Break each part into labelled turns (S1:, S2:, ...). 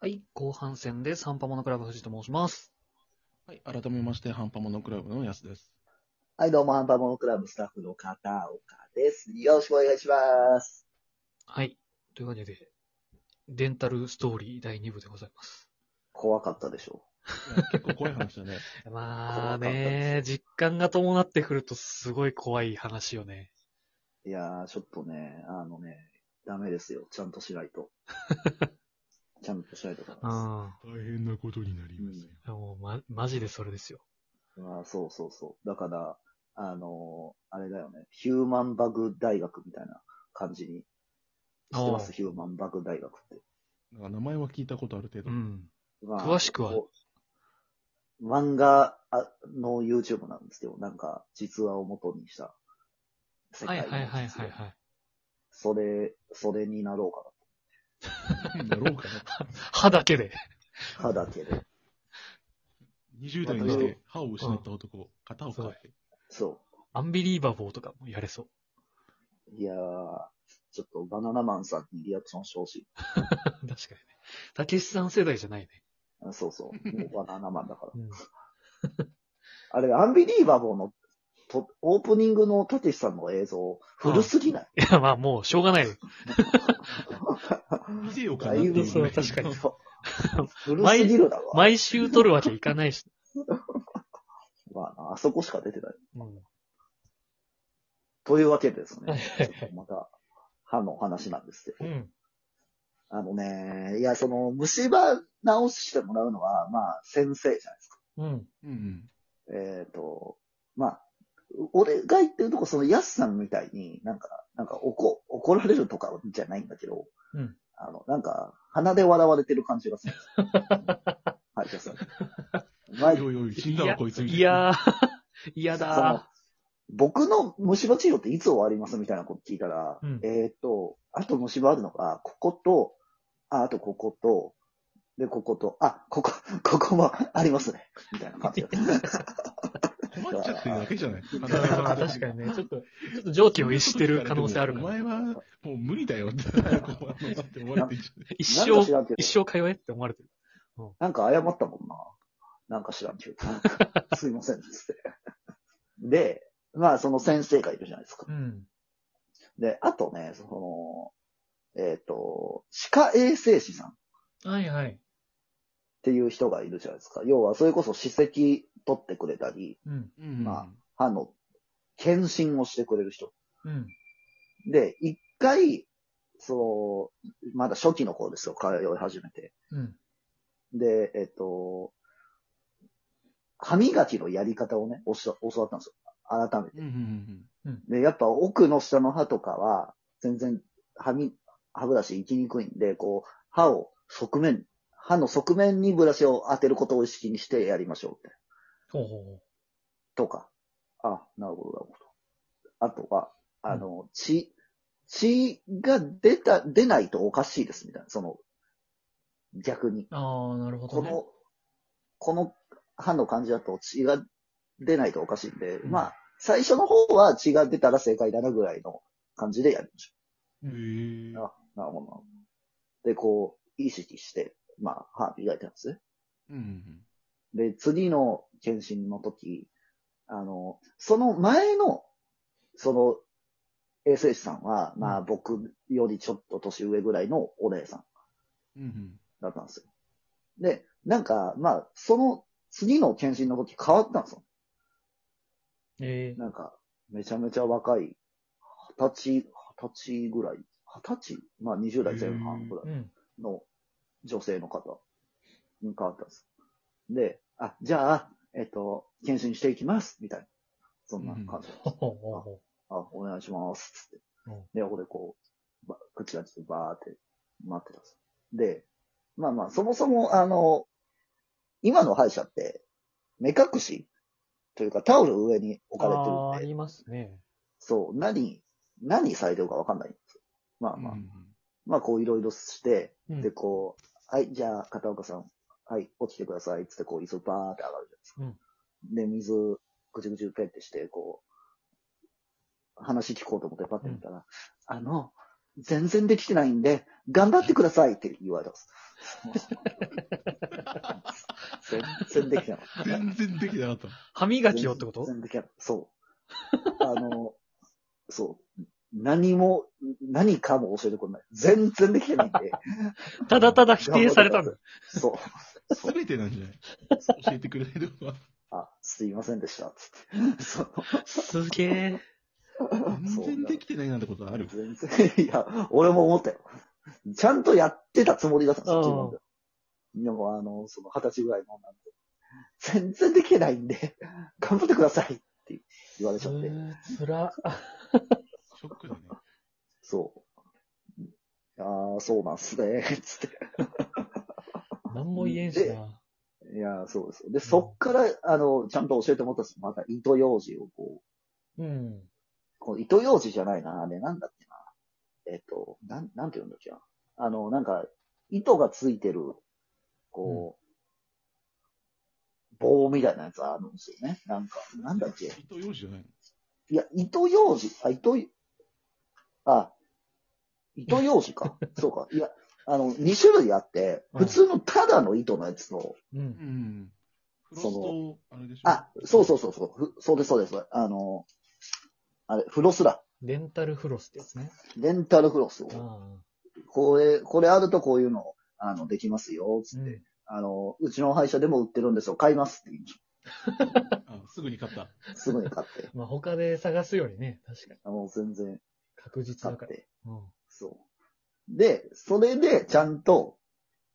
S1: はい、後半戦です。ハンパモノクラブ藤井と申します。
S2: はい、改めまして、ハンパモノクラブのやすです。
S3: はい、どうも、ハンパモノクラブスタッフの片岡です。よろしくお願いします。
S1: はい。というわけで、デンタルストーリー第2部でございます。
S3: 怖かったでしょ
S2: いや結構怖い話だね。
S1: まあ
S3: 怖かった
S1: ね
S3: で、
S1: 実感が伴ってくるとすごい怖い話よね。
S3: いやー、ちょっとね、あのね、ダメですよ。ちゃんとしない と。ちゃんとしないとダメ
S1: う
S3: で
S1: ん。
S2: 大変なことになり
S3: ますよ。
S1: もうま、マジでそれですよ。
S3: す。あーそうそうそう。だから、あのーあれだよね、ヒューマンバグ大学みたいな感じに。知ってま
S1: お
S3: す
S1: う
S3: ヒューマンバグ大学って。
S2: なんか名前は聞いたことある程度。
S1: うん。
S3: まあ
S1: 詳しくは
S3: こう漫画あの YouTube なんですけど、なんか実話を元にした世
S1: はい
S3: 界
S1: は
S3: の
S1: い
S3: 実
S1: は
S3: 話。
S1: いはいはい。
S3: それ、それになろうか
S2: だろうかな。
S1: 歯だけで。
S3: な。歯だけで。
S2: 20代にして歯を失った男、片岡って。
S3: そ
S1: アンビリーバボーとかもやれそう。
S3: う。いやー、ちょっとバナナマンさんにリアクションしてほしい。
S1: 確かにね。たけしさん世代じゃないね。
S3: あそうそう。も うバナナマンだから
S1: う。ん。
S3: あれ、アンビリーバボーのとオープニングのたけしさんの映像、古すぎない、
S1: いや、まあもう、しょうがないよ。
S2: 見せようか
S3: だ
S2: なって
S3: い
S2: いう
S3: ぶ
S2: ぐ
S3: そ
S2: ら
S3: う、
S2: い。
S1: 確かに
S3: 古すぎるだろ。
S1: 毎週撮るわけいかないし。
S3: まあ、あそこしか出てない。
S1: うん。
S3: というわけでですね。
S1: はい
S3: ちょっとまた、歯の話なんですけど。
S1: うん。
S3: あのね、いや、その、虫歯直してもらうのは、まあ、先生じゃないですか。
S1: うん。
S2: うん
S3: えっ、と、まあ、う俺が言ってるとこ、そのヤスさんみたいになんか、なんか怒、怒られるとかじゃないんだけど、
S1: うん
S3: あの、なんか、鼻で笑われてる感じがするんです よ。歯医者さんに。
S2: う
S3: 前
S2: ん。おいおいおい、死んだわ、こいつ。
S1: いやー、嫌だ
S3: 僕の虫歯治療っていつ終わりますみたいなこと聞いたら、
S1: うん
S3: えっ、と、あと虫歯あるのが、ここと、あ、あとここと、で、ここと、あ、こ こ、ここもありますね。みたいな感じだった。
S2: 困っちゃってるだけじゃない。
S1: ー。まあ 確かにね、ちょっと、ちょっと常軌を逸してる可能性ある
S2: お
S1: から。
S2: 前は、もう無理だよって。困って思われてんじゃない
S1: 一
S3: なんか知
S1: 生、
S3: らんけど
S1: 一生通えって思われてる。
S3: なんか謝ったもんな。なんか知らんけど。 すいません、つって。で、まあ、その先生がいるじゃないですか
S1: う。ん。
S3: で、あとね、その、えっ、と、歯科衛生士さんっ
S1: はいはい。
S3: ていう人がいるじゃないですか。要は、それこそ歯石取ってくれたり、
S1: うん。
S2: うん
S3: まあ歯の検診をしてくれる人。
S1: うん。
S3: で、一回、そう、まだ初期の頃ですよ、通い始めて。
S1: うん。
S3: で、えっ、と、歯磨きのやり方をね、おし教わったんですよ。改めて。
S2: うんうんうん
S3: で、やっぱ奥の下の歯とかは、全然歯み、歯ブラシ行きにくいんで、こう、歯を側面、歯の側面にブラシを当てることを意識にしてやりましょうって。
S1: ほうほうほ
S3: とか。あ、なるほど、なるほど。あとは、あの、血、血が出た、出ないとおかしいです、みたいな。その、逆に。
S1: う。あー、なるほど
S3: こ
S1: ね。
S3: の、この歯の感じだと血が出ないとおかしいんで、
S1: うん
S3: まあ、最初の方は血が出たら正解だなぐらいの感じでやりましょう。
S2: うん。へえ。
S3: あ、なるほどな。で、こう、意識して、まあ、歯磨いてますね。
S2: うん
S3: で、次の検診の時、あの、その前の、その、衛生士さんは、まあ、
S1: うん
S3: 僕よりちょっと年上ぐらいのお姉さん
S2: うんうん
S3: だったんですよ。で、なんか、まあ、その次の検診の時変わったんですよ。
S1: えー、
S3: なんか、めちゃめちゃ若い、二十歳、二十歳ぐらい、二十歳まあ、20代前半ぐらい。
S1: うん。
S3: の女性の方に変わったんです。で、あ、じゃあ、えっと、検診していきます、みたいな。そんな感じ、
S1: ほうほうほうほ
S3: あ、お願いします、つって
S1: うん。
S3: で、俺こう、ば口がちょっとバーって待ってたんです。で、まあまあ、そもそも、あの、今の歯医者って、目隠しというかタオル上に
S1: う。
S3: 置かれ
S1: あー、あ
S3: てるんで、
S1: りますね。
S3: そう、何、何されてるかわかんないんですよ。まあまあ、
S2: うん
S3: まあこういろいろして、
S1: うん
S3: で、こう、はい、じゃあ、片岡さん、はい、起きてください、つって、こう、椅子バーって上がるじゃないですか。で、水、ぐちゅぐちゅペンってして、こう、話聞こうと思ってパッて見たら、あの、全然できてないんで、頑張ってくださいって言われたんです。 全然できてなかった。
S2: 全然できてなかった。
S1: 歯磨きをってこと
S3: 全然できなかった。そう。あの、そう。何も、何かも教えてくれない。全然できてないんで。
S1: ただただ否定されたん だ。
S3: そう。
S2: すべてなんじゃない教えてくれないとこは。
S3: あ、すいませんでした。つって。そう。
S1: すげえ。
S2: 全然できてないなんてことある
S3: 全然、いや、俺も思ったよ。ちゃんとやってたつもりだったんですよ、自分で。でも、あの、その二十歳ぐらいの女の子全然できてないんで、頑張ってくださいって言われちゃって。
S1: つら。
S2: ショックだね。
S3: そう。ああ、そうなんすね、つって。
S1: なんも言えんしな。
S3: いや、そうです。で、そっから、あの、ちゃんと教えてもらったんですよまた糸ようじをこう、
S1: うん。
S3: この糸ようじじゃないな、あれなんだっけな。えっと、なん、なんて言うんだっけな。あの、なんか、糸がついてる、こう、棒みたいなやつあるんですよね。なんか、なんだっけ。
S2: 伊藤洋二じゃないの
S3: いや、糸ようじ、あ、糸い、あ、糸ようじか。そうか。いや、あの、2種類あって、
S1: うん
S3: 普通のただの糸のやつと、
S1: うん。
S2: うん。フロス
S3: その
S2: ト、あれでしょ
S3: あ、そうそうそうそう、ふそうです、そうです。あの、あれ、フロスだ。
S1: レンタルフロスですね。
S3: レンタルフロスを。
S1: あ
S3: これ、これあるとこういうの、あの、できますよ、つ
S1: あ。う
S3: っ
S1: ん
S3: て。あの、うちの歯医者でも売ってるんですよ、買いますって言いまし
S2: あ、すぐに買った。
S3: たすぐに 買って。
S1: まあ他で探すよりね、確かに。
S3: あの、全然
S1: 確実
S3: 買っ
S1: だから。
S3: て。
S1: うん。
S3: そう。で、それで、ちゃんと、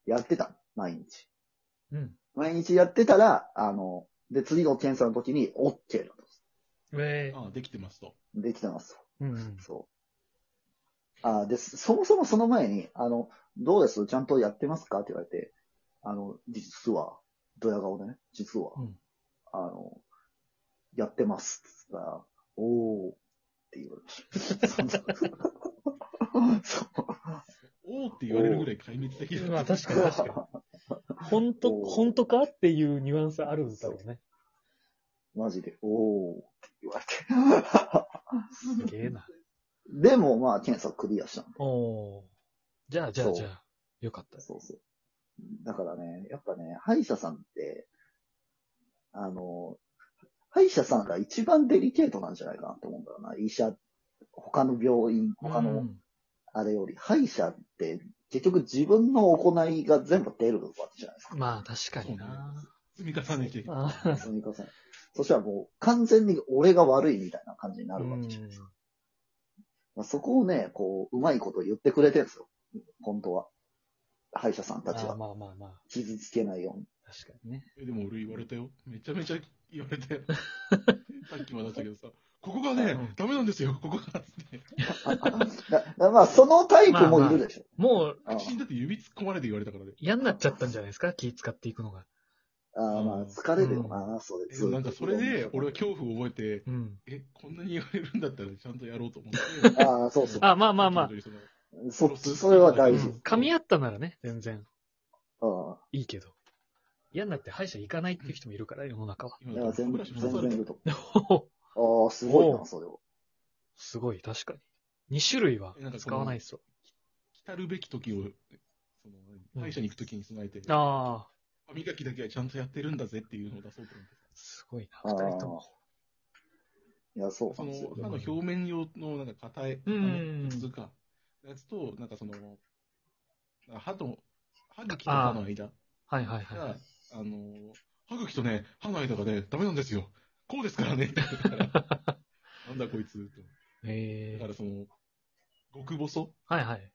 S3: やってた。毎日。
S1: うん。
S3: 毎日やってたら、あの、で、次の検査の時に、OK だったんです。
S1: ええ。
S2: あ、できてますと。
S3: できてます。
S1: うんうん。
S3: そう。あで、そもそもその前に、あの、どうですちゃんとやってますかって言われて、あの、実は、ドヤ顔でね、実は、
S1: うん
S3: あの、やってます。って言ったら、おーって言われました。 そう
S2: おーって言われるぐらい壊滅的だ
S1: まあ確かに確かに。本当、
S3: おー
S1: 本当かっていうニュアンスあるんだろうね。
S3: マジで、おーって言われて。
S1: すげえな。
S3: でも、まあ、検査クリアしたんで
S1: おお。じゃあ、じゃ
S3: そ
S1: あ、
S3: う
S1: じゃあ、よかった。
S3: そうそう。だからね、やっぱね、歯医者さんって、あの、歯医者さんが一番デリケートなんじゃないかなと思うんだよな。医者、他の病院、他
S1: う
S3: の
S1: ん
S3: あれより、歯医者って結局自分の行いが全部出るわけじゃないですか。
S1: まあ確かにな。
S2: 積み重ねていく。
S1: あー
S3: 積み重ね。そしたらもう完全に俺が悪いみたいな感じになるわけじゃないですか。まあ、そこをね、こう、うまいこと言ってくれてるんですよ。本当は。歯医者さんたち
S1: あー
S3: は。
S1: まあまあまあ、
S3: 傷つけないように。
S1: 確かにね。
S2: え、でも俺言われたよ。めちゃめちゃ言われたよ。さっきも話したけどさ、ここがね、ダメなんですよ、ここが。つって。
S3: だ まあ、そのタイプもいるでしょ。
S1: もう、
S3: あ
S2: 口にだって指突っ込まれて言われたからね。
S1: 嫌になっちゃったんじゃないですか気使っていくのが。
S3: ああ、まあ、疲れるよな、それ。
S2: えでもなんかそれで、俺は
S3: 日。
S2: 恐怖を覚えて、
S1: うん。
S2: え、こんなに言われるんだったらちゃんとやろうと思って。
S3: ああ、そうそう。
S1: あ、まあまあまあ。
S2: 本当にその
S3: そっち、それは
S1: う
S3: 大事
S1: ん。噛み合ったならね、全然
S3: あ
S1: いいけど。嫌になって歯医者行かないっていう人もいるから、世の中は。
S2: 今
S3: あ、いや、
S2: 歯
S3: 全
S2: ブ
S3: 然、
S2: ラシ
S3: 全
S2: も刺さ
S3: 然
S2: れ
S3: い
S2: た
S3: ると思う。ああ、すごい
S1: お
S3: な、
S1: う
S3: それは。
S1: すごい、確かに。2種類は
S2: えなんかそ
S1: 使
S2: の
S1: わないですよ。
S2: 来るべき時を、その
S1: うん
S2: 歯医者に行く時に備えて、歯
S1: ああ、
S2: 磨きだけはちゃんとやってるんだぜっていうのを出そうと思って。
S1: すごいな、
S3: ああ
S1: 二人とも。
S3: いや、そう
S2: そ
S3: な
S2: の
S3: んですよ。
S2: 歯の表面用のなんか硬い、
S1: うん
S2: あの筒か、やつと、なんかその、歯と、歯茎と歯の間
S1: はいはいはい。
S2: が、あの、歯茎とね、歯の間がね、ダメなんですよ。こうですからね、って 言ったから、なんだこいつ。だ
S1: え
S2: か
S1: え
S2: らその、極細
S1: はいはい。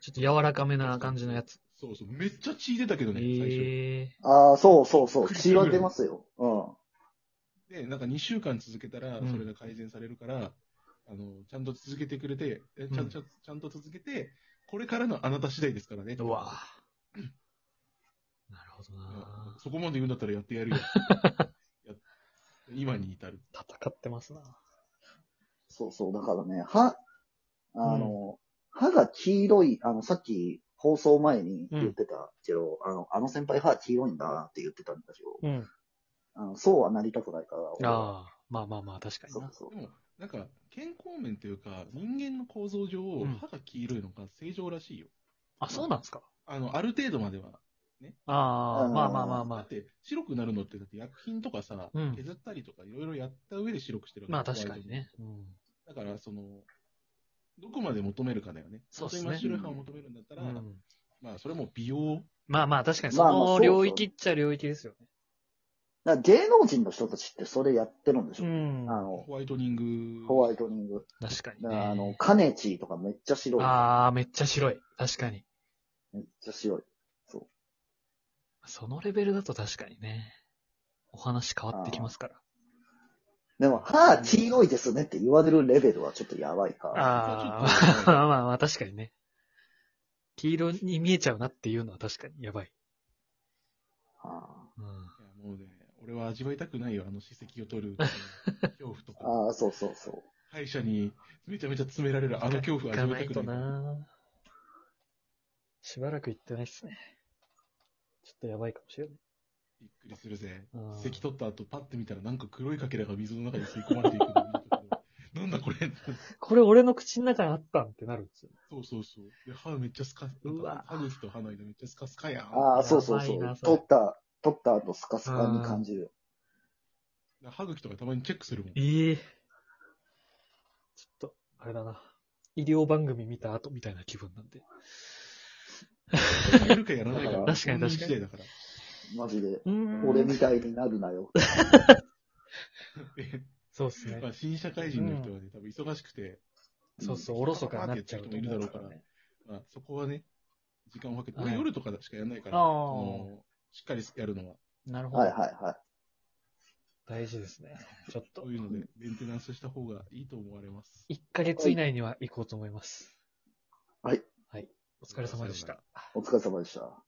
S1: ちょっと柔らかめな感じのやつ。
S2: そうそう、めっちゃ血出たけどね、最初。
S1: ええ
S3: ああ、そうそうそう。血は出ますよ。う
S2: で、なんか2週間続けたら
S1: う、ん
S2: それが改善されるから、あの、ちゃんと続けてくれて、えちゃんちゃんちゃんと続けて、これからのあなた次第ですからね。
S1: うわぁ。なるほどな
S2: そこまで言うんだったらやって やるよ。や今に至る。
S1: 戦ってますな
S3: そうそう。だからね、歯、あの、歯が黄色い、あの、さっき、放送前に言ってたけど、あの、あの先輩歯黄色いんだなって言ってたんだけど、
S1: うん。
S3: あのそうはなりたくないから、俺は
S1: ああ、まあまあまあ、確かに
S3: そう
S1: な。
S3: そう
S2: で。も、なんか、健康面というか、人間の構造上、
S1: ん
S2: 歯が黄色いのが正常らしいよ。
S1: あ、そうなんですか
S2: あの、ある程度までは。
S1: ああ、
S3: うん
S1: まあまあまあま
S2: だって、白くなるのって、だって薬品とかさ、
S1: うん
S2: 削ったりとか、いろいろやった上で白くしてる
S1: あ。まあ
S2: わけ
S1: 確かにね。うん。
S2: だから、その、どこまで求めるかだよね。
S1: そうっすね
S2: 本当に真っ白い歯を求めるんだったら、
S1: うん
S2: まあ、それも美容。
S1: まあまあ確かにそ
S3: まあまあそう
S1: の
S3: そう
S1: 領域っちゃ領域ですよね。
S3: だから芸能人の人たちってそれやってるんでしょ、
S1: ん
S3: あの、
S2: ホワイトニング。
S3: ホワイトニング。
S1: 確かに
S3: だ
S1: ね。
S3: からあの、カネチーとかめっちゃ白い。
S1: ああ、めっちゃ白い。確かに。
S3: めっちゃ白い。
S1: そのレベルだと確かにね。お話変わってきますから。
S3: でも、歯黄色いですねって言われるレベルはちょっとやばいから。
S1: ああ
S2: ちょっ、と
S1: まあ まあまあ確かにね。黄色に見えちゃうなっていうのは確かにやばい。
S3: あ
S1: うん。
S2: いやもうね、俺は味わいたくないよ、あの歯石を取る恐怖と
S3: ー
S2: か。
S3: あー、そうそうそう。
S2: 歯医者にめちゃめちゃ詰められるあの恐怖
S1: 行
S2: 味
S1: か
S2: わ
S1: ないい
S2: た
S1: と
S2: くない。
S1: なしばらく行ってないっすね。ちょっとやばいかもしれない。
S2: びっくりするぜ
S1: うん。
S2: 歯石取った後パッて見たらなんか黒いかけらが水の中に吸い込まれていくのを見たけ どなんだこれ
S1: これ俺の口の中にあったんってなるんですよ。
S2: そうそうそう。で歯めっちゃスカ、なん
S1: うわ
S2: か歯口と歯の間めっちゃスカスカやん。
S3: ああ、そうそう
S1: やば
S3: そ
S1: いな
S3: う。
S1: それ
S3: 取った、取った後スカスカに感じるよ。
S2: 歯茎とかたまにチェックするもん。
S1: ええちょっと、あれだな。医療番組見た後みたいな気分なんで。
S2: やるかやらないか。
S1: 確かに確かに
S2: 本人次第だから。
S3: マジで。
S1: うん
S3: 俺みたいになるなよ。
S1: そうっすね
S2: ま。あ、新社会人の人はね、多分忙しくて、
S1: そうそう、おろそかになっちゃうと思うからね。
S2: まあ、そこはね、時間をかけて、
S1: はい
S2: 俺夜とかしかやらないから、
S1: あー
S2: そのしっかりやるのは、
S1: なるほど。
S3: はいはいはい。
S1: 大事ですね。ちょっと
S2: そう、いうので、メンテナンスした方がいいと思われます。
S1: 1ヶ月以内には行こうと思います。
S3: はい。
S1: はい。お疲れ様でした。
S3: お疲れ様でした。